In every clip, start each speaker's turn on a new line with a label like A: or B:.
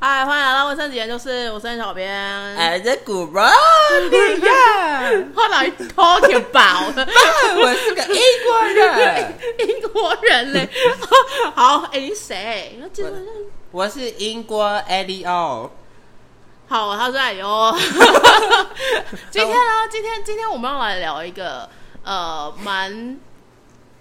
A: 嗨，欢迎来到问圣节，就是我是小编。哎，
B: 哎，这古巴利亚，
A: what are you talking about？
B: 我是个英国人，
A: 英国人嘞。 好，哎，你谁？你要介绍一下。
B: 我是英国哦艾利奥。
A: 好，他说哎 呦。今天呢，今天今天我们要来聊一个呃，蛮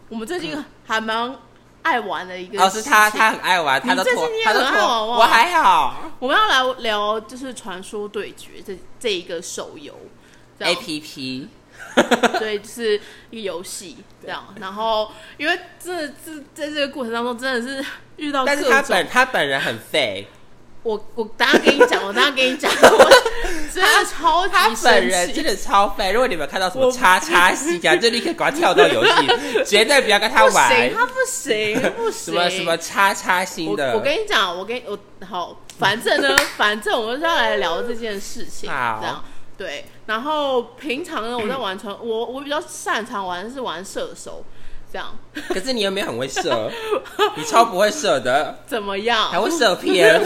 A: 我们最近还蛮爱玩的一个。
B: 哦，是他，他。很爱玩，他都
A: 你最近
B: 拖
A: 也，
B: 他都
A: 很爱玩
B: 拖，
A: 哇
B: 我还好。
A: 我们要来聊就是传说对决这这一个手游。这样
B: A P P，
A: 对，就是一个游戏这样。然后因为这这在这个过程当中，真的是遇到各
B: 但是他
A: 种，
B: 本他本人很废，
A: 我我等下跟你讲，我等下跟你讲，我真的超级
B: 他本人
A: 生气
B: 真的超废。如果你们看到什
A: 我
B: 么叉 叉西家，就立刻给他跳到游戏，绝对不要跟他
A: 不
B: 玩
A: 行，。他不行，不
B: 什
A: 行，
B: 么什么叉叉星
A: 我
B: 的，
A: 我跟你讲，我跟我好，反正呢，反正我们是要来聊这件事情，
B: 好
A: 这样对。然后平常呢，我在玩传，我我比较擅长玩的是玩射手，这样
B: 可是你有没有很会 射？你超不会射的，
A: 怎么样？
B: 还会射偏。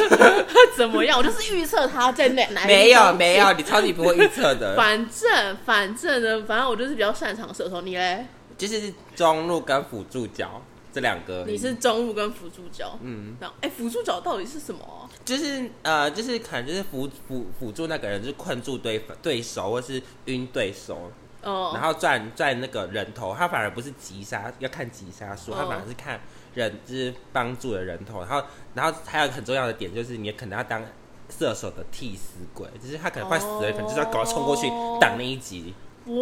A: 怎么样？我就是预测他在哪哪一
B: 没
A: 方面
B: 有没有，你超级不会预测 的，
A: 反正反正呢，反正我就是比较擅长射手，你
B: 哎
A: 嘞？
B: 就是中路跟辅助角这两个而已。
A: 你是中路跟辅助角，
B: 嗯，
A: 然后哎，辅助角到底是什么啊？
B: 就是呃，就是可能就是辅辅辅助那个人就是困住对对手或是晕对手，然
A: 哦，
B: 后赚赚那个人头，他反而不是击杀，要看击杀数，他
A: 哦
B: 反而是看人就是帮助的人头。然后然后还有很重要的点就是你可能要当。射手的替死鬼，就是他可能快死了，
A: 哦
B: 可能就是要搞冲过去挡那一击，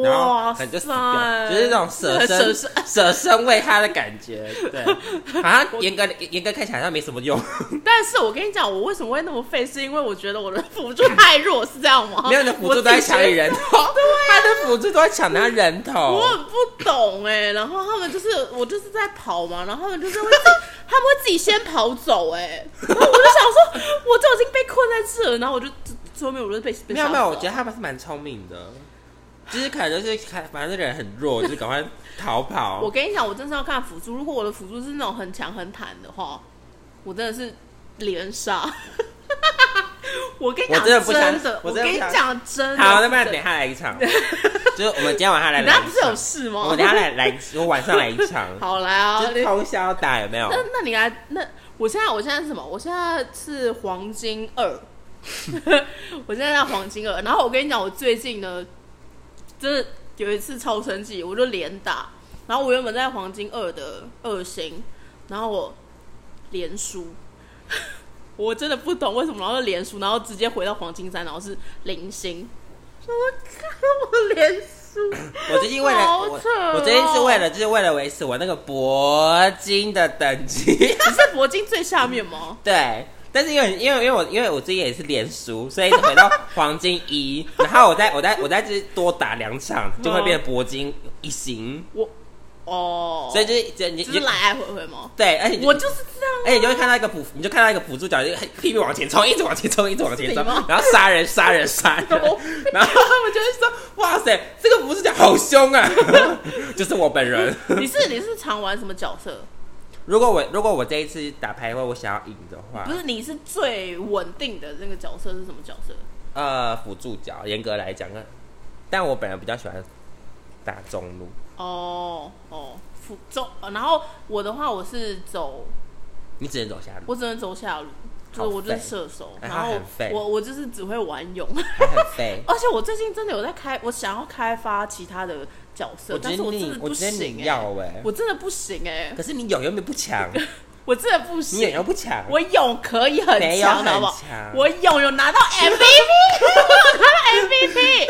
B: 然后
A: 哇
B: 可
A: 塞，
B: 能就死掉，就是那种舍
A: 舍
B: 身
A: 身，
B: 舍身为他的感觉。对， 好像严格严格看起来好像没什么用，
A: 但是我跟你讲，我为什么会那么废，是因为我觉得我的辅助太弱，是这样吗？
B: 没有你的辅助都在抢你人头，
A: 啊
B: 他的辅助都在抢他人头
A: 我。很不懂哎、然后他们就是我就是在跑嘛，然后他们就是会自己 他们会自己先跑走哎、然后我就想说，我就已经被困在这了，然后我就最后面我就被被
B: 没有
A: 杀
B: 没有，
A: 死
B: 我觉得
A: 了
B: 他们是蛮聪明的，就是可能就是看，反正这个人很 弱，就赶快逃跑。
A: 我跟你讲，我真是要看辅助，如果我的辅助是那种很强很坦的话，我真的是连杀。 我跟你讲，
B: 我真的不相
A: 真的，
B: 我
A: 我
B: 真的
A: 跟
B: 不
A: 你
B: 相
A: 讲真的，
B: 好，那不然
A: 是
B: 等
A: 真的
B: 一下来一 场，就是我们今天晚上来
A: 你
B: 来
A: 等下
B: 一
A: 不是有
B: 场，
A: 事吗？
B: 我们等一下来来，我晚上来一场，
A: 好来啊，
B: 就是通宵打有没有
A: 那？那你来，那我现在我现在是什么？我现在是黄金二， 我现在在黄金二。然后我跟你讲，我最近呢，真的有一次超生气，我就连打。然后我原本在黄金二的二星，然后我连输， 我真的不懂为什么，然后就连输，然后直接回到黄金三，然后是零星。我靠，我连输，
B: 我最近为了
A: 好
B: 我
A: 扯哦
B: 我最近是为了就是为了维持我那个铂金的等级，
A: 你是铂金最下面吗？
B: 对。但是因为因为因为我因为我最近也是连输，所以 回到黄金一，然后我再我再我再就是多打两场，
A: 嗯
B: 就会变成铂金一星，
A: 我哦，
B: 所以就是就你
A: 就是
B: 你
A: 来来回回吗？
B: 对，而且你
A: 我就是这样。啊
B: 而且你就会看到一个辅，你就看到一个辅助角就拼命往前冲，一直往前冲，一直往前冲
A: 是你吗，哦
B: 然后杀人杀人杀人
A: 有，
B: 然后他们就会说哇塞，这个辅助角好 凶啊，就是我本人。
A: 你是你是常玩什么角色？
B: 如果我如果我这一次打排位，我想要赢的话
A: 不，是，你是最稳定的那个角色是什么角色？
B: 呃，辅助角严格来讲，但我本人比较喜欢打中路，
A: 哦哦，辅中。呃然后我的话，我是走，
B: 你只能走下路，
A: 我只能走下路，就
B: 好
A: 是我就是
B: 废
A: 射手，
B: 哎
A: 然
B: 他
A: 后
B: 很废
A: 我我就是只会玩勇。。
B: 还很废
A: 而且我最近真的有在开，我想要开发其他的角色，
B: 我觉
A: 但是
B: 得
A: 我真
B: 你
A: 的，
B: 我
A: 不
B: 觉得你
A: 行哎、
B: 要哎、
A: 我真的不行哎、
B: 可是你有又没 不强，
A: 我真的不
B: 你有
A: 行。欸
B: 又不强，
A: 我勇可以很
B: 没有
A: 强，好
B: 很
A: 不好
B: 强？
A: 我勇有 拿到 MVP，我有拿到 MVP。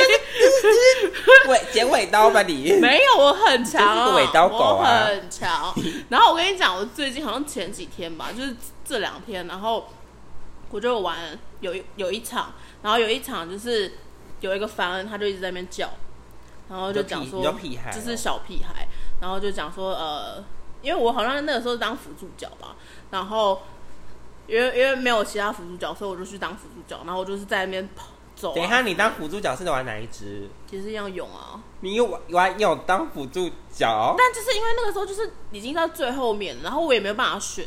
B: 尾剪尾刀吧你。
A: 没有，啊我很强、
B: 你就是个尾刀狗啊
A: 我很强。然后我跟你讲，我最近好像前几天吧，就是这两天，然后我就玩有一有一场，然后有一场就是有一个凡恩，他就一直在那边叫，然后就讲说
B: 你就屁你就屁孩哦
A: 就是小屁孩，然后就讲说呃，因为我好像那个时候当辅助角吧，然后因为因为没有其他辅助角，所以我就去当辅助角，然后我就是在那边跑走、啊。
B: 等一下，你当辅助角是玩哪一只？
A: 其实要勇啊。
B: 你有玩玩有当辅助角？
A: 但就是因为那个时候就是已经到最后面，然后我也没有办法选，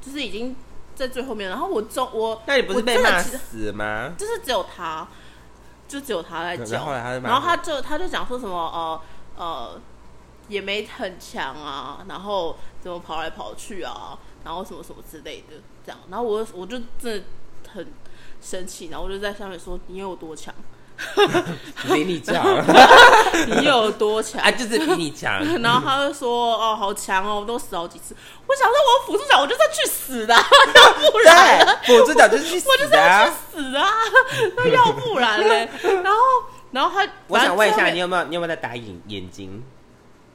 A: 就是已经在最后面，然后我中我
B: 那你不是被
A: 我真的
B: 骂
A: 其实
B: 死吗？
A: 就是只有他，就只有他在
B: 然
A: 讲。
B: 后后来他就骂
A: 然后
B: 你
A: 他就他就讲说什么呃呃，也没很强啊，然后怎么跑来跑去啊，然后什么什么之类的这样。然后我我就真的很生气，然后我就在下面说你有多强，
B: 比你强
A: 你有多强
B: 啊，。就是比你强。
A: 然后他就说：“哦，好强哦，我都死好几次。”我想说，我辅助长，我就是要去死的啊，那不然呢
B: 对，辅助长就是去
A: 我就
B: 死
A: 是
B: 的
A: 要去
B: 啊。
A: 死啊！那要不然嘞？然后，然后他，
B: 我想问一
A: 反
B: 下，
A: 正
B: 你有没有你有没有在打眼眼睛？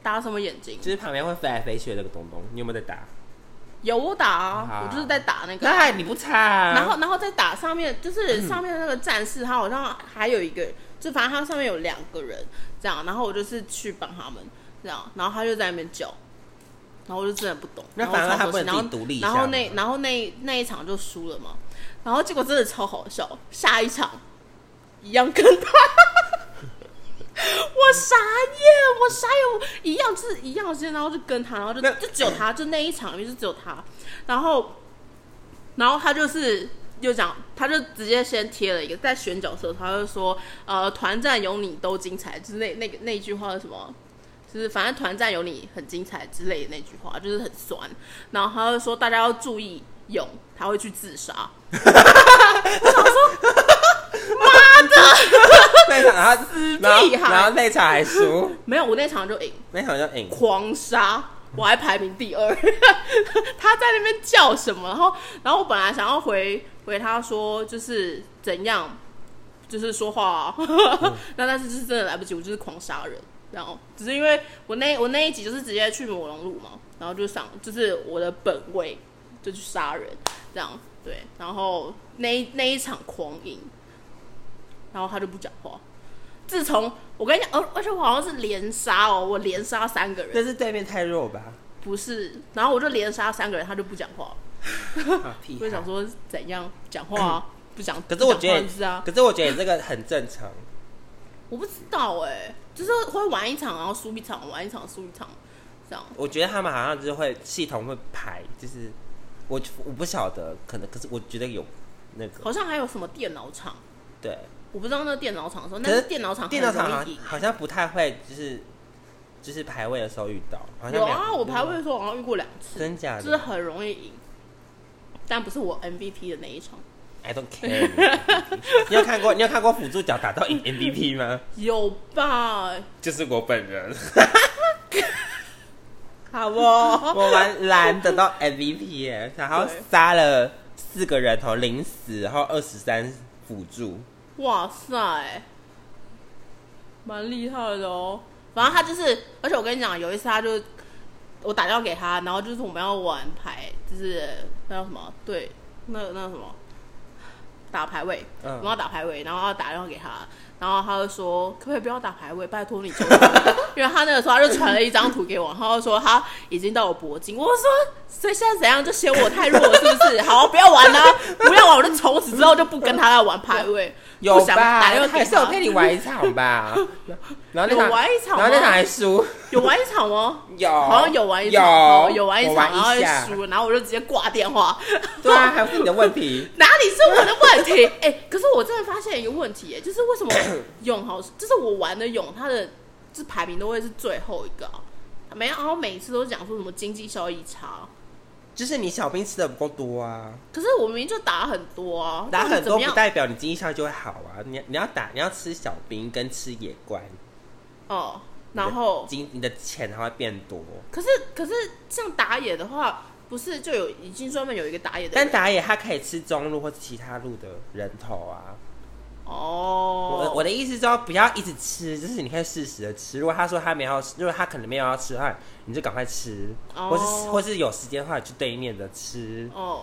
A: 打什么眼睛？
B: 就是旁边会飞来飞去的那个东东，你有没有在打？
A: 有我打
B: 好
A: 啊，我就是在打那个，
B: 那你不差啊。嗯
A: 然后，然后再打上面，就是上面的那个战士，他好像还有一个，就反正他上面有两个人这样，然后我就是去帮他们这样，然后他就在那边叫。然后我就真的不懂，
B: 那
A: 然后
B: 反而
A: 超
B: 他
A: 生
B: 不
A: 气
B: 能
A: 然后
B: 自己独立一下
A: 然后那
B: 吗
A: 然后那那一场就输了嘛，然后结果真的超好笑，下一场一样跟他，我傻眼，我傻眼，我一样就是一样先，然后就跟他，然后就
B: 那
A: 就只有他，就那一场里面就只有他，然后然后他就是又讲，他就直接先贴了一个，在选角的时候，他就说，呃，团战有你都精彩，就是那那个那一句话是什么？就是反正团战有你很精彩之类的那句话，就是很酸。然后他就说大家要注意勇，他会去自杀。
B: 那一场，然后然后
A: 屁孩
B: 然后那一场还输，
A: 没有，我那场就赢，哎
B: 那一场 就赢。
A: 狂杀，我还排名第二。 他在那边叫什么？然后，然后我本来想要回回他说，就是怎样，就是说话、啊。 那但是就是真的来不及，我就是狂杀人。然后只是因为我那我那一集就是直接去魔龙路嘛，然后就想就是我的本位就去杀人，这样对。然后那一那一场狂赢，然后他就不讲话。自从我跟你讲，而而且我好像是连杀哦，我连杀三个人。
B: 但是对面太弱 吧？
A: 不是，然后我就连杀三个人，他就不讲话，
B: 啊屁
A: 我就
B: 孩
A: 想说怎样讲话啊，不讲，
B: 嗯可是我
A: 不
B: 觉
A: 讲话
B: 得
A: 就是啊，
B: 可是我觉得你这个很正常。
A: 我不知道哎、就是会玩一场，然后输一场，玩一场输一场，这样。
B: 我觉得他们好像就是会系统会排，就是我我不晓得，可能可是我觉得有那个
A: 好像还有什么电脑场，
B: 对，
A: 我不知道那个电脑场是什么，
B: 可
A: 但
B: 是
A: 是电脑场
B: 电脑
A: 很
B: 场好
A: 容易
B: 像
A: 赢。
B: 好像不太会，就是就是排位的时候遇到，好像
A: 有
B: 没
A: 啊，我排位的时候好像遇过两次，
B: 真假
A: 就是
B: 的
A: 很容易赢，但不是我 MVP 的那一场。
B: ，I don't care 。 你有看过你有看过辅助角打到赢 MVP 吗？
A: 有吧？
B: 就是我本人，
A: 好不？
B: 我玩蓝得到 MVP，耶然后
A: 对
B: 杀了四个人头零死，然后二十三辅助。
A: 哇塞，蛮厉害的哦。反正他就是，而且我跟你讲，有一次他就我打电话给他，然后就是我们要玩牌，就是那叫什么？对，那那叫什么？打排位，
B: 嗯
A: 我们要打排位，然后要打电话给他，然后他就说可不可以不要打排位，拜托你求我，因为他那个时候他就传了一张图给我，然后就说他已经到我铂金，我就说所以现在怎样就嫌我太弱了是不是？好，不要玩啦、不要玩，我就从此之后就不跟他玩排位，
B: 有
A: 不想
B: 吧？
A: 打电话给
B: 还是
A: 他
B: 有陪你玩一 场吧？然后那场
A: 有玩一场吗
B: 然后那场还输，
A: 有玩一场吗？
B: 有
A: 好像有玩一场，
B: 哦
A: 哦
B: 有
A: 有玩一
B: 我
A: 场，
B: 玩
A: 然后
B: 一下
A: 就输了，然后我就直接挂电话。
B: 对啊，还不是你的问题。
A: 哪里是我的问 题？哎、可是我真的发现一个问题、哎，就是为什么勇好，就是我玩的勇，他的就是排名都会是最后一个、啊，没有，然后每次都讲说什么经济效益差，
B: 就是你小兵吃的不够多啊，
A: 可是我明明就打很多啊，
B: 打
A: 到底
B: 很
A: 怎么
B: 多不
A: 样？
B: 代表你经济效益就会好啊。你你要打，你要吃小兵跟吃野怪，
A: 哦，然后
B: 你的经你的钱还会变多。
A: 可是可是像打野的话，不是就有已经专门有一个打野的人，
B: 但打野他可以吃中路或是其他路的人头啊。
A: 哦
B: 我，我的意思是说，不要一直吃，就是你可以适时的吃。如果他说他没有要吃，如果他可能没有要吃的话，你就赶快吃，
A: 哦
B: 或是或是有时间的话你去对面的吃。
A: 哦，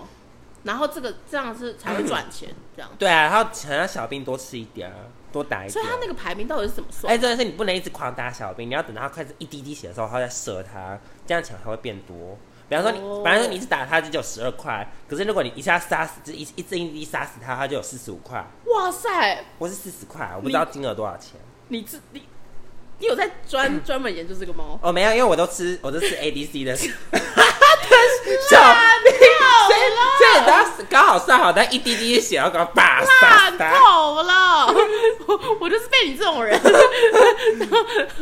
A: 然后这个这样是才会赚钱，这样。
B: 对啊，然后想让小兵多吃一点啊，多打一点。
A: 所以他那个排名到底是怎么算？
B: 哎、真的是你不能一直狂打小兵，你要等到他开始一滴滴血的时候，他再射他，这样抢才会变多。比方说你，
A: 哦
B: 比方说你一直打他就只有十二块，可是如果你一下杀死，就一一针一滴杀死他，他就有四十五块，
A: 哇塞，
B: 或是四十块，我不知道金额多少钱。
A: 你这你你有在专专门研究这个吗？
B: 哦，没有，因 为我都吃，我都吃 ADC 的小兵，
A: 好
B: 所以所以且 你知道刚好上好，但一滴滴血，然后给我把撒
A: 烂
B: 撒。
A: 透了， 我我就是被你这种人。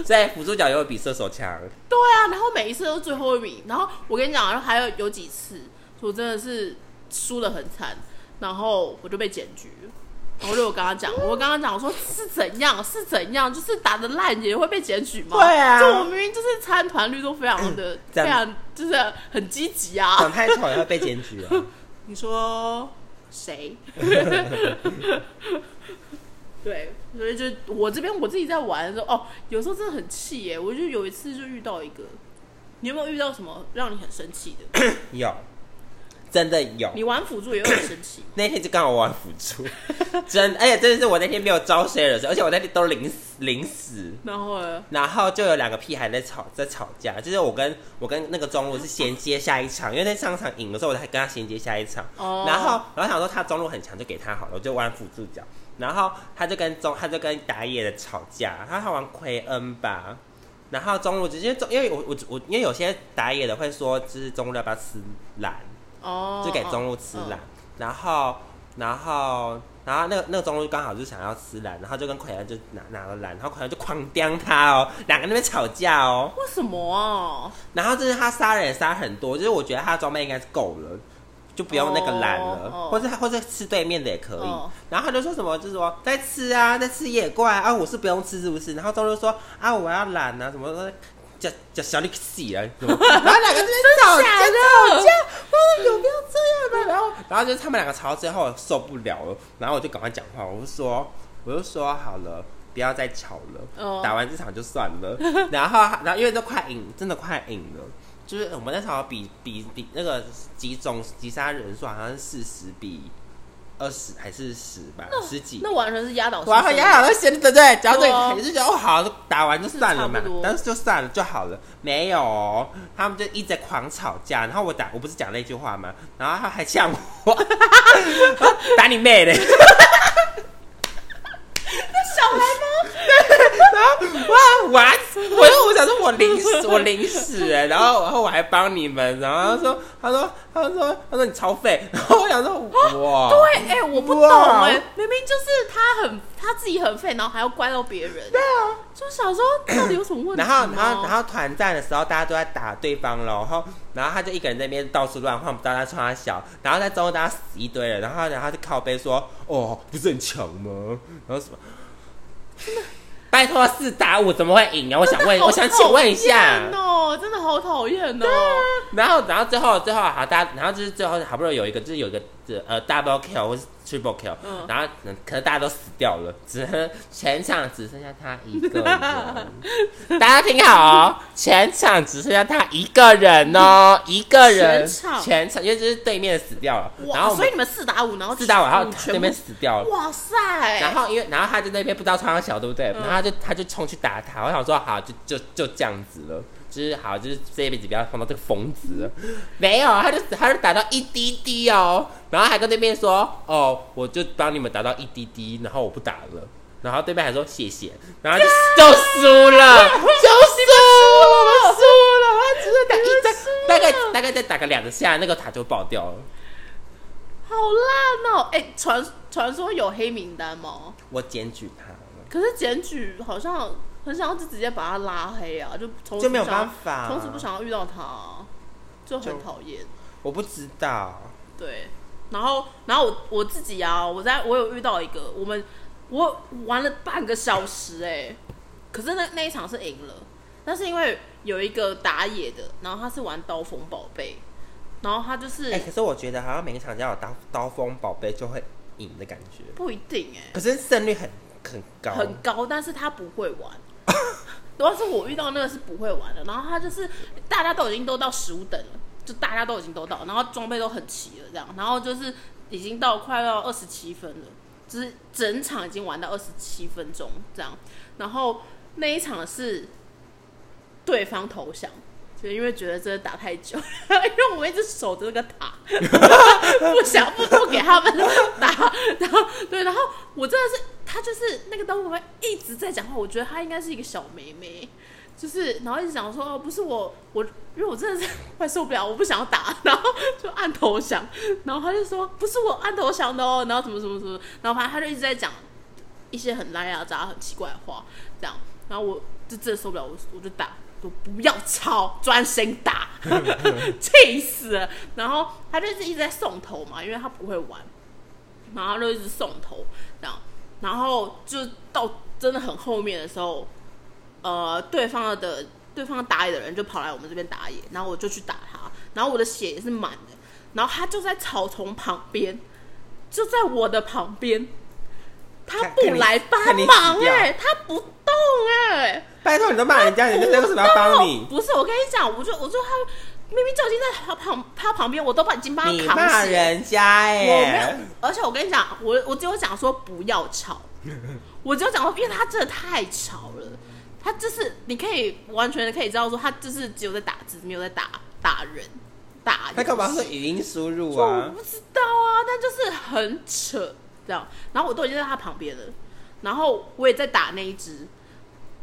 B: 所以辅助脚有比射 手强，
A: 对啊，然后每一次都最后一名，然后我跟你讲，然后还有有几次我真的是输的很惨，然后我就被检举了。然后我就有跟他讲，我就跟他讲，我说是怎样是怎样，就是打的烂也会被检举吗？
B: 对啊
A: 就我明明就是参团率都非常的、
B: 这
A: 非
B: 样
A: 常就是很积极 啊。
B: 长太丑也会被检举啊。
A: 你说 谁？对，所以就我这边我自己在玩的时候，哦，有时候真的很气耶。我就有一次就遇到一个，你有没有遇到什么让你很生气 的？
B: 有，真的有。
A: 你玩辅助也会很生气吗
B: 那天就刚好玩辅助， 真，而且真的是我那天没有招谁惹谁，而且我那天都临死临死。
A: 然后呢？
B: 然后就有两个屁孩在吵在吵架，就是我跟我跟那个中路是衔接下一场，因为那上场赢的时候我才跟他衔接下一场。
A: 哦
B: 然后然后想说他中路很强就给他好了，我就玩辅助角。然后他就跟中他就跟打野的吵架，他好玩奎恩吧。然后中路直接中，因为我我我因为有些打野的会说，就是中路要不要吃蓝，
A: 哦，
B: 就给中路吃蓝
A: 嗯。
B: 然后，然后，然后那个那个中路刚好就想要吃蓝，然后就跟奎恩就拿拿了蓝，然后奎恩就狂刁他哦，两个人在那边吵架哦。
A: 为什么啊？
B: 然后就是他杀人也杀很多，就是我觉得他的装备应该是够了。就不用那个蓝
A: 哦
B: 了
A: 哦
B: 或者或者吃对面的也可以。
A: 哦
B: 然后他就说什么，就是说在吃啊，在吃野怪啊，我是不用吃是不是？然后中路说啊，我要懒啊，什么的叫叫小你个死啊，什么 然后两个在那边吵架
A: 假的
B: 吵架，我说哦有必要这样吗？然后然后就是他们两个吵到最后受不了了，然后我就赶快讲话，我就说我就说好了。不要再吵了
A: 哦
B: 打完这场就算了。 然后，然后因为都快赢，真的快赢了，就是我们那场比比比那个集中击杀人数好像是四十比二十还是十吧，十几。
A: 那完全是压倒性
B: 我还压倒那闲对不对？然后
A: 对啊
B: 对，你就觉得哦好，打完就算了嘛
A: 差不多，
B: 但是就算了就好了。没有哦、他们就一直在狂吵架。然后我打，我不是讲那句话吗？然后他还呛我， 打你妹 嘞！
A: 小孩吗？
B: 哇哇！我说我想说我临时我临时哎、然后然后我还帮你们，然后他说他说他说他说你超废， 然后我想说哇，
A: 对，哎、我不懂
B: 哇哦
A: 哎、明明就是他很他自己很废，然后还要怪到别人，
B: 啊。
A: 就想 说到底有什么问题啊
B: 然
A: 吗？
B: 后然后然后团战的时候，大家都在打对方咯，然后然后他就一个人在那边到处乱晃，不知道他穿他小，然后在中间大家死一堆人，然后然后他就靠背说哦不是很强 吗？然后什么？拜托四打五怎么会赢啊？我想问，我想请问一下。啊
A: 好讨厌哦，真的好讨厌哦。
B: 然后，然后最后，最后好大，然后就是最后好不容易有一个，就是有一个呃 double kill 或是 triple kill，、
A: 嗯
B: 然后嗯可能大家都死掉了，只剩全场只剩下他一
A: 啊
B: 个 人。大家听好、哦，全场只剩下他一个人哦，一个人，
A: 嗯全场
B: 全场因为就是对面死掉了，然
A: 哇，
B: 后我
A: 所以
B: 们
A: 你们四打五，然后
B: 知道我要
A: 嗯
B: 对
A: 全
B: 面
A: 部，
B: 死掉了。
A: 哇塞，
B: 然后因为然后他在那边不知道穿到小对不对，
A: 嗯
B: 然后他就他就冲去打他，我想说好就就就这样子了。就是好，就是这一辈子不要碰到这个疯子了。没有，啊他就他就打到一滴滴哦，然后还跟对面说：“哦，我就帮你们打到一滴滴，然后我不打了。”然后对面还说谢谢，然后就就输了，就输了，我们输了。他只是打一大大概大概再打个两下，那个塔就爆掉了。
A: 好烂哦！哎，传传说有黑名单吗？
B: 我检举他了，
A: 可是检举好像很想要就直接把他拉黑啊，就从此
B: 就没有
A: 不想要
B: 办法啊
A: 从此不想要遇到他啊，就
B: 就
A: 很讨厌。
B: 我不知道。
A: 对，然后然后我我自己啊，我在我有遇到一个，我们我玩了半个小时哎、可是那那一场是赢了，但是因为有一个打野的，然后他是玩刀锋宝贝，然后他就是、
B: 哎、可是我觉得好像每个厂家有刀刀锋宝贝就会赢的感觉，
A: 不一定哎、
B: 可是胜率很很高。
A: 很高，但是他不会玩。 主要是我遇到那个是不会玩的，然后他就是大家都已经都到十五等了，就大家都已经都到，然后装备都很齐了这样，然后就是已经到快要二十七分了，就是整场已经玩到二十七分钟这样，然后那一场是对方投降。就因为觉得真的打太久了， 因为我们一直守着那个塔， 不想不不给他们打，然后对，然后我真的是他就是那个刀锋会一直在讲话，我觉得他应该是一个小妹妹，就是然后一直讲说哦不是我我，因为我真的是快受不了，我不想打，然后就按投降，然后他就说不是我按投降的哦，然后怎么怎么怎么，然后反正他就一直在讲一些很拉呀杂很奇怪的话，这样，然后我就真的受不了，我我就打。我不要吵，专心打， 气死了。然后他就是一直在送头嘛，因为他不会玩，然后就一直送头这样，然后就到真的很后面的时候，呃，对方的对方打野的人就跑来我们这边打野，然后我就去打他，然后我的血也是满的，然后他就在草丛旁边，就在我的旁边，他
B: 看
A: 不
B: 看你
A: 来帮
B: 看你死
A: 忙
B: 掉
A: 哎、他不动哎、
B: 拜托你都骂人家，人家为什么要帮你？
A: 不是，我跟你讲，我就我就他明明就已经在他旁他旁边，我都把已经帮
B: 你
A: 他扛
B: 骂
A: 起。
B: 人家哎、
A: 我没有，而且我跟你讲，我我只有讲说不要 吵，我只有讲说，因为他真的太吵了，他就是你可以完全可以知道说，他就是只有在打字，没有在打打人打游戏。
B: 他干嘛是语音输入
A: 我
B: 啊？
A: 不知道啊，但就是很扯这样。然后我都已经在他旁边了，然后我也在打那一只，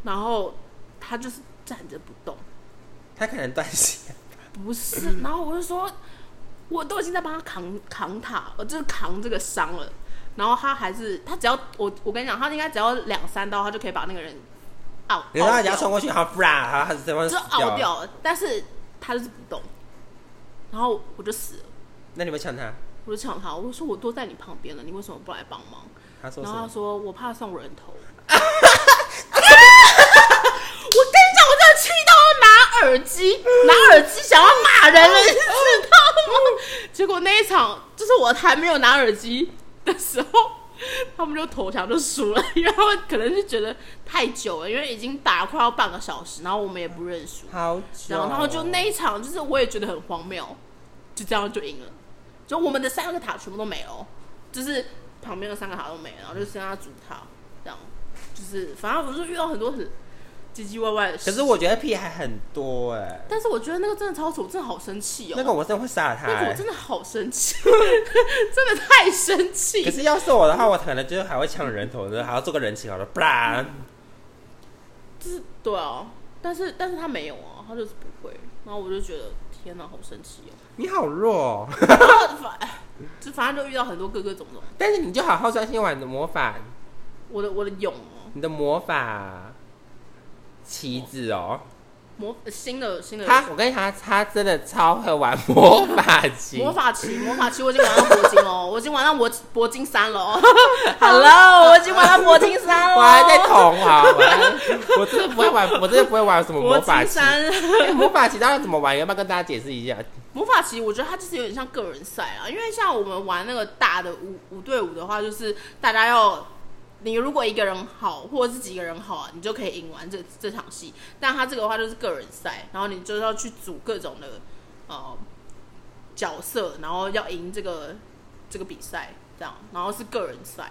A: 然后他就是站着不动。
B: 他可能断线。
A: 不 是，然后我就说，我都已经在帮他扛扛塔，我就是扛这个伤了，然后他还是他只要我我跟你讲，他应该只要两三刀，他就可以把那个人拗，
B: 你说他
A: 拗
B: 只要
A: 掉
B: 冲过去，然后 bra，然后他对
A: 就
B: 方死
A: 是
B: 掉
A: 拗
B: 了。
A: 掉了，但是他就是不动，然后我就死了，
B: 那你有没有呛他？
A: 我就抢他，我说我都在你旁边了，你为什么不来帮忙？
B: 他说什
A: 然后他
B: 么？
A: 说我怕送人头。我跟你讲，我真的气到要拿耳机，拿耳机想要骂人了，你知道吗？ 结果那一场就是我还没有拿耳机的时候，他们就投降就输了， 因为他们可能是觉得太久了，因为已经打了快要半个小时，然后我们也不认输，
B: 好久。
A: 然后然后就那一场就是我也觉得很荒谬，就这样就赢了，就我们的三个塔全部都没了哦，就是旁边的三个塔都没了，然后就剩下主塔，这样就是反正我就遇到很多很唧唧歪歪的事。
B: 可是，我觉得屁还很多哎、
A: 但是我觉得那个真的超丑，我真的好生气哦。
B: 那个我真的会杀了他、
A: 那个
B: 欸
A: 我。真的好生气， 真的太生气
B: 可。是要是我的话，我可能就是还会呛人头，然后还要做个人情好了，bra。
A: 就是对啊，但是但是他没有啊，他就是不会。然后我就觉得天哪，好生气哦。
B: 你好弱、哦，
A: 然后反就反正就遇到很多各个种种。
B: 但是你就好好专心玩你的魔法，
A: 我的我的勇哦，
B: 你的魔法棋子哦。
A: 魔呃新的新的
B: 他，我跟你讲，他真的超会玩魔法棋。
A: 魔法棋，魔法棋我已经玩 到铂金哦，我已经玩到铂铂金三了 哦。Hello，我已经玩到铂金三了，
B: 我还在捅啊！我还我真的不会玩，我真的不会玩什么魔
A: 铂
B: 法
A: 金
B: 棋。
A: 三。
B: 哎魔法棋到底怎么玩？要不要跟大家解释一下？
A: 魔法棋，我觉得它就是有点像个人赛啊啦，因为像我们玩那个大的五五对五的话，就是大家要，你如果一个人好，或者是几个人好啊，你就可以赢完这这场戏。但它这个的话就是个人赛，然后你就是要去组各种的呃角色，然后要赢这个这个比赛，这样，然后是个人赛，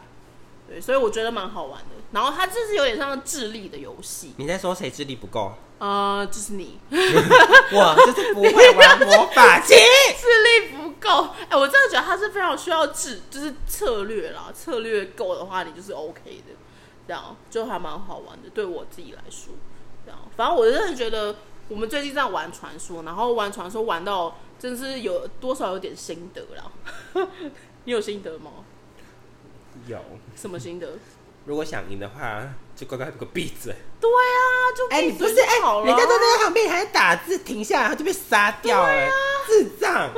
A: 对，所以我觉得蛮好玩的。然后它就是有点像智力的游戏，
B: 你在说谁智力不 够？
A: 呃，就是你。
B: 我就是不会玩魔法棋。
A: 智力不够，哎、我真的觉得他是非常需要智，就是策略啦，策略够的话，你就是 OK 的，这样就还蛮好玩的。对我自己来说，这样，反正我真的觉得我们最近在玩传说，然后玩传说玩到真是有多少有点心得啦。 你有心得吗？
B: 有，
A: 什么心得？
B: 如果想赢的话，就乖乖给我闭嘴。
A: 对啊，就
B: 哎、你
A: 闭
B: 不
A: 嘴
B: 是哎
A: 就好，了
B: 人家都在旁边，你还打字停下来，然后就被杀掉哎、智障！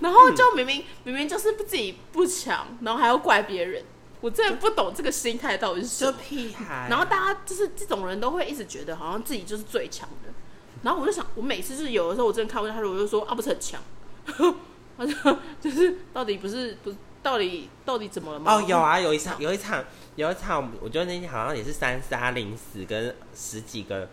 A: 然后就明明明明就是自己不强，然后还要怪别人，我真的不懂这个心态到底是什
B: 就
A: 么。
B: 屁孩。
A: 然后大家就是这种人都会一直觉得好像自己就是最强的。然后我就想，我每次就是有的时候我真的看不下去，我就说啊，不是很强。 他就就是到底不是不是到底到底怎么了吗？
B: 哦，有啊，有一场，有一场，有一场，我们我觉得那天好像也是三杀零死跟十几个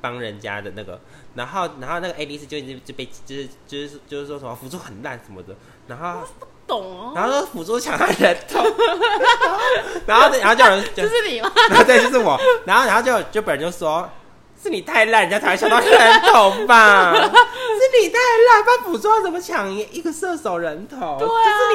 B: 帮人家的那个，然后然后那个 A D 四就已经就被就是就是就是说什么辅助很烂什么的，然后
A: 懂哦，
B: 然后说辅助抢他人头， 然后然后就有人就
A: 就。是你吗？
B: 然后对，就是我，然后然后就就本人就说，是你太烂，人家才会抢到人头 吧？是你太烂，帮捕捉怎么抢一个射手人头？
A: 对啊
B: 就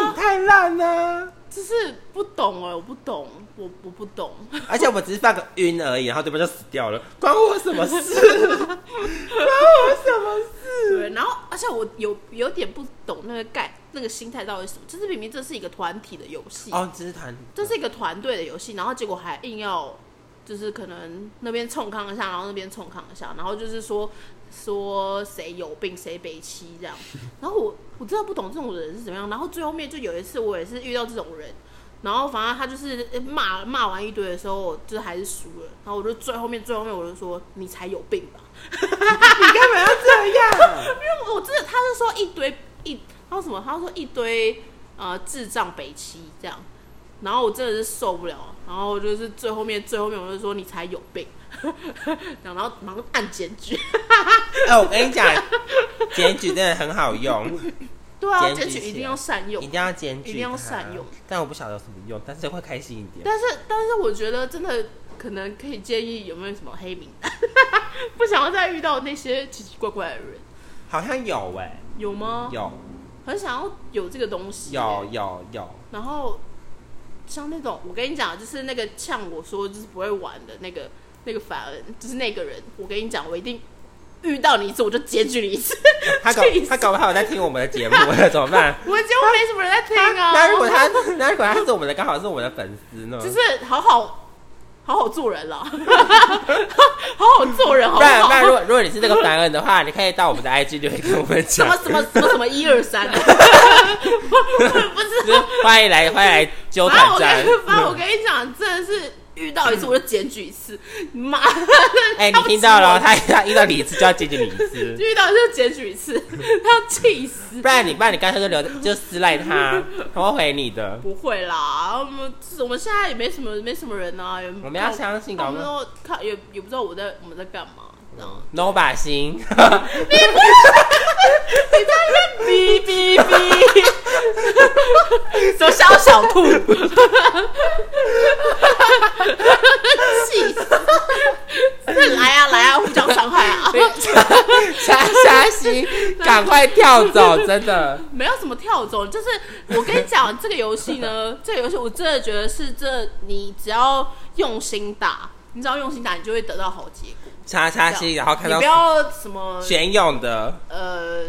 B: 是你太烂呢、啊
A: 就是不懂哎，我不懂，我我不懂。
B: 而且我只是犯个晕而已，然后对方就死掉了，关我什么事？关我什么事？
A: 对，然后而且我有有点不懂那个概那个心态到底是什么，就是明明这是一个团体的游戏，
B: 哦，只是团，
A: 这是一个团队的游戏，然后结果还硬要就是可能那边冲康一下，然后那边冲康一下，然后就是说说谁有病谁北七这样，然后我我真的不懂这种人是怎么样，然后最后面就有一次我也是遇到这种人。然后反正他就是呃骂骂完一堆的时候，我就还是输了。然后我就最后面最后面我就说你才有病吧，
B: 你干嘛要 这样？
A: 因为我真的，他是说一堆一，他说什么？他说一堆呃智障北齐这样，然后我真的是受不了，然后就是最后面最后面我就说你才有病， 然后马上按检举，
B: 哎、我跟你讲，检举真的很好用，
A: 对啊，
B: 检
A: 检
B: 举
A: 举
B: 起
A: 一定
B: 来
A: 要善
B: 一
A: 用
B: 定，要检举，
A: 一定要善用。
B: 但我不晓得有什么用，但是会开心一点。
A: 但是但是我觉得真的可能可以建议有没有什么黑名单， 不想要再遇到那些奇奇怪怪的人，
B: 好像有哎、
A: 有吗？
B: 有
A: 很想要有这个东西、
B: 有有 有，
A: 然后像那种，我跟你讲，就是那个呛我说就是不会玩的那个那个凡恩，就是那个人，我跟你讲，我一定遇到你一次我就检举你一次。
B: 他搞
A: 气死
B: 他搞不好有在听我们的节目，怎么办？
A: 我们节目没什么人 在听啊，
B: 那如果他那如果他是我们的刚好是我们的粉丝呢？
A: 就是好好。好好做人了，好好做人，好
B: 不
A: 不
B: 然
A: 好
B: 不？然，如果如果你是这个凡人的话，你可以到我们的 IG 留言跟我们
A: 什
B: 讲
A: 么，什么什么什么一二三，我我不知
B: 就是
A: 道。
B: 欢迎来欢迎来纠
A: 反正
B: 团
A: 我
B: 战
A: 跟。反正我跟你讲，真的是遇到一次我就检举一次，妈！
B: 哎，
A: 他
B: 你
A: 不
B: 听
A: 止
B: 到
A: 我
B: 了，他他遇到你一次就要接近你一 次，
A: 遇到就检举一次，他要气死。
B: 不然你不然你干脆就留就私赖 他，他会回你的。
A: 不会啦，我们我们现在也没什么没什么人啊，也
B: 我们要相信
A: 我
B: 搞不
A: 们
B: 好
A: 都看也也不知道我在我们在干嘛，这样
B: no 把心，
A: 哔哔 哔，什么小小兔， 气死！来啊来啊，互相伤害 啊，
B: 瞎瞎 心，赶快跳走，真的。
A: 没有什么跳走，就是我跟你讲，这个游戏呢， 这个游戏我真的觉得是这，你只要用心打，你只要用心打，你就会得到好结果。
B: 叉叉心，然后看
A: 你
B: 到
A: 不要什么
B: 选用的，
A: 呃，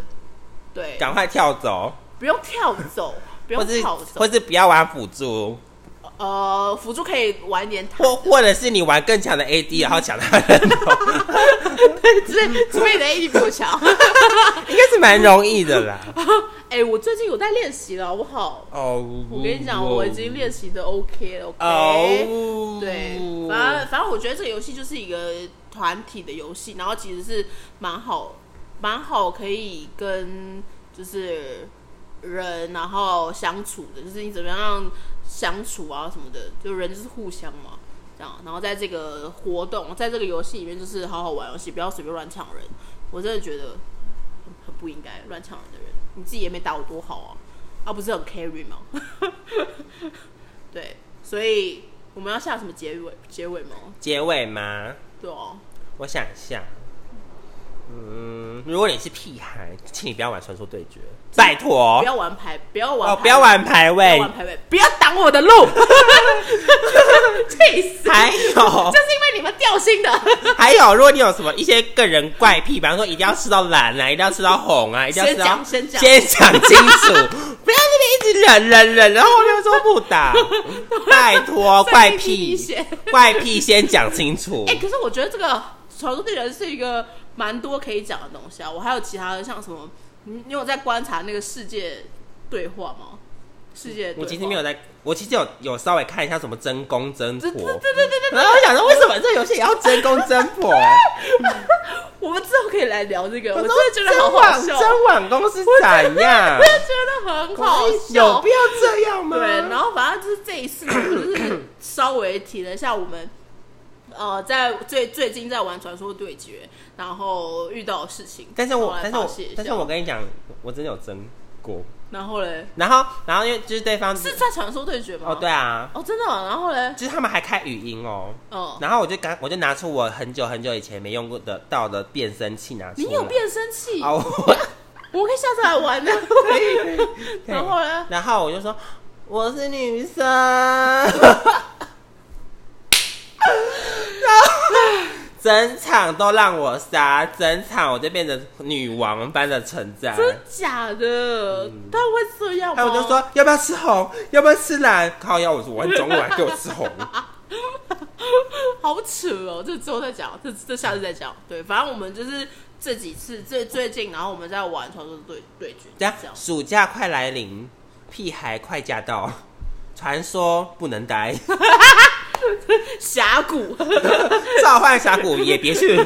A: 对，
B: 赶快跳走，
A: 不用跳走，不
B: 或
A: 用
B: 是
A: 跳
B: 或
A: 走，
B: 是不要玩辅助，
A: 呃，辅助可以晚一点打，
B: 或或者是你玩更强的 AD，然后抢他人头，
A: 只是除非你的 A D 比我强。
B: 应该是蛮容易的啦。
A: 哎、我最近有在练习了，好不好？
B: 哦，
A: 我跟你讲，我已经练习的 OK 了，OK。
B: 哦，
A: 对，反正反正我觉得这个游戏就是一个团体的游戏，然后其实是蛮好，蛮好可以跟就是人然后相处的，就是你怎么样相处啊什么的，就人就是互相嘛，这样。然后在这个活动，在这个游戏里面，就是好好玩游戏，不要随便乱抢人。我真的觉得很很不应该乱抢人的人，你自己也没打我多好啊，啊不是很 carry 吗？对，所以我们要下什么结尾？结尾吗？
B: 结尾吗？
A: 对哦、
B: 我想一下。嗯，如果你是屁孩，请你不要玩传说对决，拜托
A: 不要玩牌，不要玩
B: 哦，
A: 牌
B: 不要，玩排
A: 不要
B: 位，
A: 玩排位，不要挡我的路，气死！
B: 还 有
A: 就是因为你们掉星的，
B: 还有，如果你有什么一些个人怪癖，比方说一定要吃到蓝啊，一定要吃到红啊，一定要吃到
A: 先讲先讲
B: 先讲清楚，不要那边一直忍忍忍，然后后面说不 打，拜托，怪
A: 再一
B: 癖
A: 些
B: 怪癖先讲清 楚
A: 哎、。可是我觉得这个传说对人是一个蛮多可以讲的东西啊。我还有其他的，像什么，你你有在观察那个世界对话吗？世界对话
B: 我其实没有在，我其实有有稍微看一下什么真公真
A: 这，这这
B: 婆，
A: 这这这这，
B: 然后我想说为什么这游戏也要真公真婆？
A: 我们之后可以来聊这个， 我
B: 我
A: 真
B: 说
A: 的觉得好好笑，
B: 真网真网公是怎样
A: 我？真的觉得很 好笑，
B: 有必要这样吗？
A: 对，然后反正就是这一 次呢，就是稍微提了一下我们呃在最最近在玩传说对决，然后遇到的事情。
B: 但是我但
A: 然
B: 是
A: 后来
B: 我
A: 发泄一下
B: 但是我跟你讲，我真的有争过。
A: 然后嘞
B: 然后，然后因为就是对方
A: 是在传说对决吗？
B: 哦，对，啊，
A: 哦真的、啊，然后嘞，
B: 就是他们还开语音哦。
A: 哦、
B: 然后我就刚，我就拿出我很久很久以前没用过的到的变声器拿出来。
A: 你有变声器，
B: 哦？我
A: 啊 我可以下次来玩的。然后嘞，
B: 然后我就说，我是女生， 然后整场都让我杀，整场我就变成女王般的存在。
A: 真假的？
B: 嗯
A: 他会这样
B: 还
A: 吗？
B: 有我就说要不要吃红，要不要吃蓝？靠要我说我很中午还给我吃 红，
A: 好扯哦，这之后再讲，这这下次再讲。对，反正我们就是这几次最最近，然后我们在玩传说对对决，
B: 这
A: 这
B: 样
A: 样
B: 暑假快来临，屁孩快驾到，传说不能待，
A: 峡谷
B: 召唤峡谷也别去，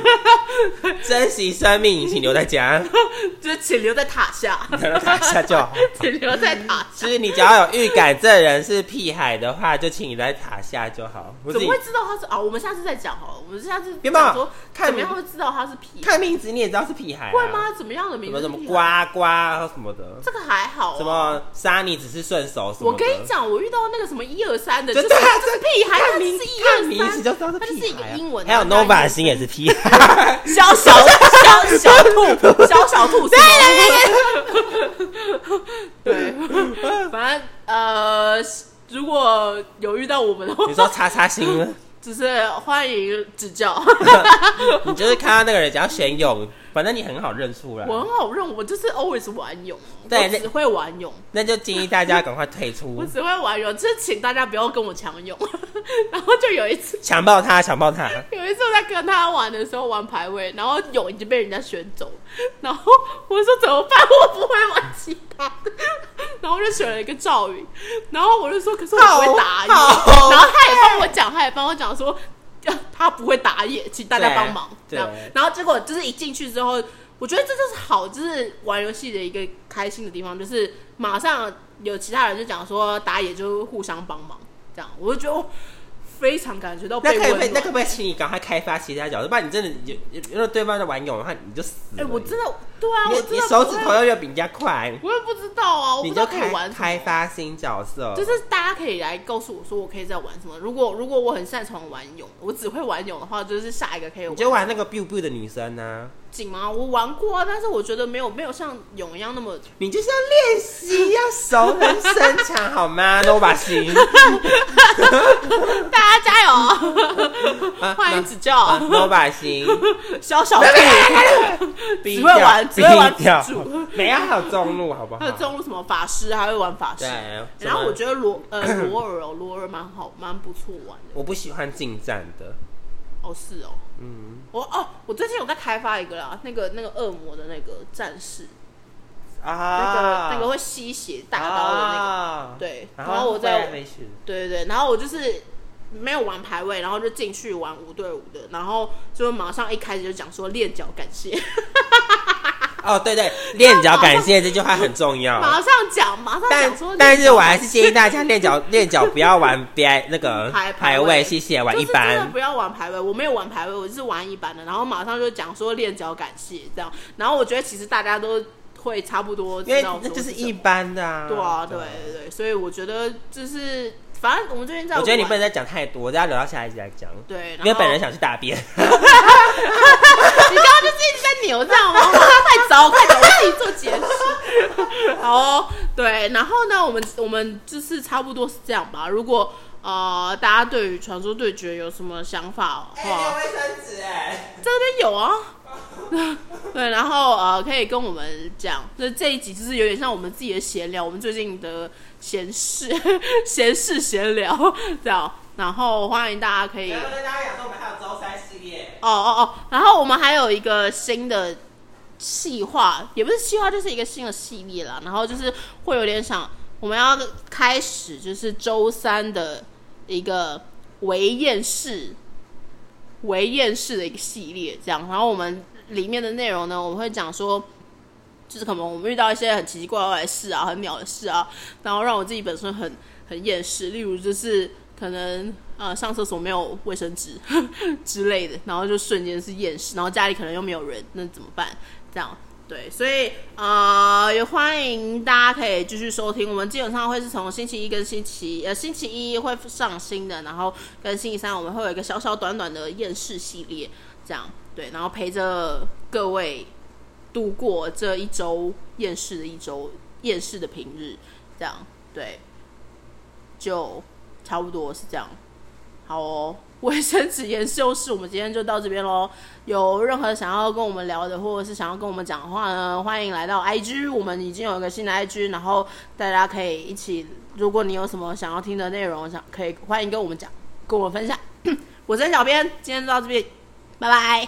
B: 珍惜生命，请留在家，
A: 就是请留在塔下，
B: 等到塔下就好。
A: 请留在塔下。
B: 就是你只要有预感这人是屁孩的话，就请你在塔下就好。我自
A: 怎
B: 己
A: 么会知道他是啊？我们下次再讲好了。我们下次
B: 别
A: 讲
B: 吧
A: 说
B: 看
A: 怎么样会知道他是屁？
B: 看名字你也知道是屁孩、啊，
A: 会？吗？怎么样的名
B: 什
A: 字
B: 么
A: 是屁
B: 什
A: 孩？
B: 么呱呱什么的，
A: 这个还好、啊。
B: 什？么杀你只是顺手什么的。
A: 我跟你讲，我遇到那个什么一二三的，
B: 就
A: 就
B: 对
A: 是
B: 啊
A: 就是屁孩，他
B: 看
A: 是
B: 名
A: 一
B: 看
A: 二
B: 名字
A: 三，
B: 就知道
A: 它就是
B: 屁
A: 一个
B: 孩啊
A: 英文，
B: 还有
A: 然后大
B: Nova
A: 家
B: 星也是屁孩，
A: 小小 小 小兔，小小兔，对对对对，反正呃，如果有遇到我们的话
B: 你，说叉叉星吗，
A: 就是欢迎指 教。
B: 你就是看到那个人，只要选有，反正你很好认出来。
A: 我很好认，我就是 always 玩泳，
B: 对嗯
A: 我只会玩泳，
B: 那就建议大家赶快退
A: 我
B: 出，
A: 只会玩泳，就是请大家不要跟我抢泳。 然后就有一次，
B: 强暴他，强暴 他。
A: 有一次我在跟他玩的时候玩排位，然后泳已经被人家选走了，然后我说怎么办？我不会玩其他的，然后我就选了一个赵云，然后我就说可是我不会打野，然
B: 好好
A: 后他也帮我讲，他也帮我讲说呃他不会打野，请大家帮忙。这
B: 对
A: 样
B: 对
A: 然后结果就是一进去之后，我觉得这就是好，就是玩游戏的一个开心的地方，就是马上有其他人就讲说打野就互相帮忙，这样我就觉得哦非常感觉到
B: 那
A: 被
B: 可
A: 温
B: 不可以？
A: 暖
B: 那。可不可以请你赶快开发其他角色？不然你真的有，有如果对方在玩泳的话，你就死了。
A: 哎、我真的对啊，我
B: 你
A: 真
B: 你
A: 的
B: 手指
A: 不
B: 头
A: 会
B: 要越比人家快，
A: 我也不知道啊，我不知
B: 你
A: 道
B: 就
A: 可以
B: 开
A: 玩什么
B: 开，发新角色。
A: 就是大家可以来告诉我说我可以在玩什么。如果如果我很擅长玩泳，我只会玩泳的话，就是下一个可以
B: 你
A: 玩
B: 就玩那个 biu biu 的女生啊呢、
A: 景吗？我玩过啊，但是我觉得没有没有像泳一样那么
B: 你就是要练习，要熟能生巧，好 吗？Nova 星
A: 大家加油啊，
B: 啊
A: 欢迎指教。
B: 啊，Nova 星，
A: 小小 兔只会玩只
B: 低
A: 会玩
B: 调
A: 辅 助，
B: 没有还有中路，好不好？
A: 还有中路什么法师，还会玩法师
B: 对。什么
A: 然后我觉得罗呃罗尔哦，罗尔蛮好，蛮不错玩的。
B: 我不喜欢近战的，
A: 哦，是哦，
B: 嗯，
A: 我哦，我最近有在开发一个啦，那个那个恶魔的那个战士，
B: 啊
A: 那个那个会吸血大刀的那个，
B: 啊，
A: 对。
B: 然
A: 然后我
B: 再
A: 在
B: 回去，
A: 对对对，然后我就是没有玩排位，然后就进去玩五对五的，然后就马上一开始就讲说练脚感谢，
B: 哦，对对，练脚感谢这句话很重 要。
A: 马上讲，马上
B: 但
A: 讲说练脚感谢，
B: 但是我还是建议大家练脚 练脚不要玩 B I 那个
A: 排
B: 排
A: 排
B: 位，
A: 位
B: 谢谢玩
A: 就
B: 一
A: 是真的
B: 般。
A: 不要玩排位，我没有玩排位，我就是玩一般的，然后马上就讲说练脚感谢这样，然后我觉得其实大家都会差不多
B: 因为
A: 知道
B: 那
A: 说
B: 就是
A: 什么
B: 一般的啊。
A: 对啊，对对对，所以我觉得就是，反正我们最近在
B: 我
A: 玩，
B: 觉得你不能再讲太多，我要留到下一集来讲，
A: 对，
B: 因为本人
A: 想，
B: 想去大便。
A: 你刚刚就是一直在扭，这样吗？快走，快走，我自己做结束。 好哦，对，然后呢，我们我们就是差不多是这样吧。如果呃大家对于传说对决有什么想法的话，
B: 卫生纸哎，
A: 在那边有啊。 对，然后呃，可以跟我们讲，就是这一集就是有点像我们自己的闲聊，我们最近的闲事、 闲事闲聊这样。然后欢迎大家可以，哦
B: 跟大家讲说我们还有周三系列。
A: 哦哦，然后我们还有一个新的细化，也不是细化，就是一个新的系列啦。然后就是会有点想，我们要开始就是周三的一个围宴式为厌世的一个系列，这样。然后我们里面的内容呢，我们会讲说，就是可能我们遇到一些很奇奇怪怪的事啊，很鸟的事啊，然后让我自己本身很很厌世。例如就是可能呃上厕所没有卫生纸 之类的，然后就瞬间是厌世，然后家里可能又没有人，那怎么办？这样。对，所以呃，也欢迎大家可以继续收听。我们基本上会是从星期一跟星期呃星期一会上新的，然后跟星期三我们会有一个小小短短的厌世系列，这样对，然后陪着各位度过这一周厌世的一周厌世的平日，这样对。就差不多是这样。好哦， 卫生纸研修室，我们今天就到这边喽。有任何想要跟我们聊的，或者是想要跟我们讲的话呢，欢迎来到 IG，我们已经有一个新的 IG，然后大家可以一起，如果你有什么想要听的内容，想 可以欢迎跟我们讲，跟我们分享。我是小编，今天就到这边，拜拜。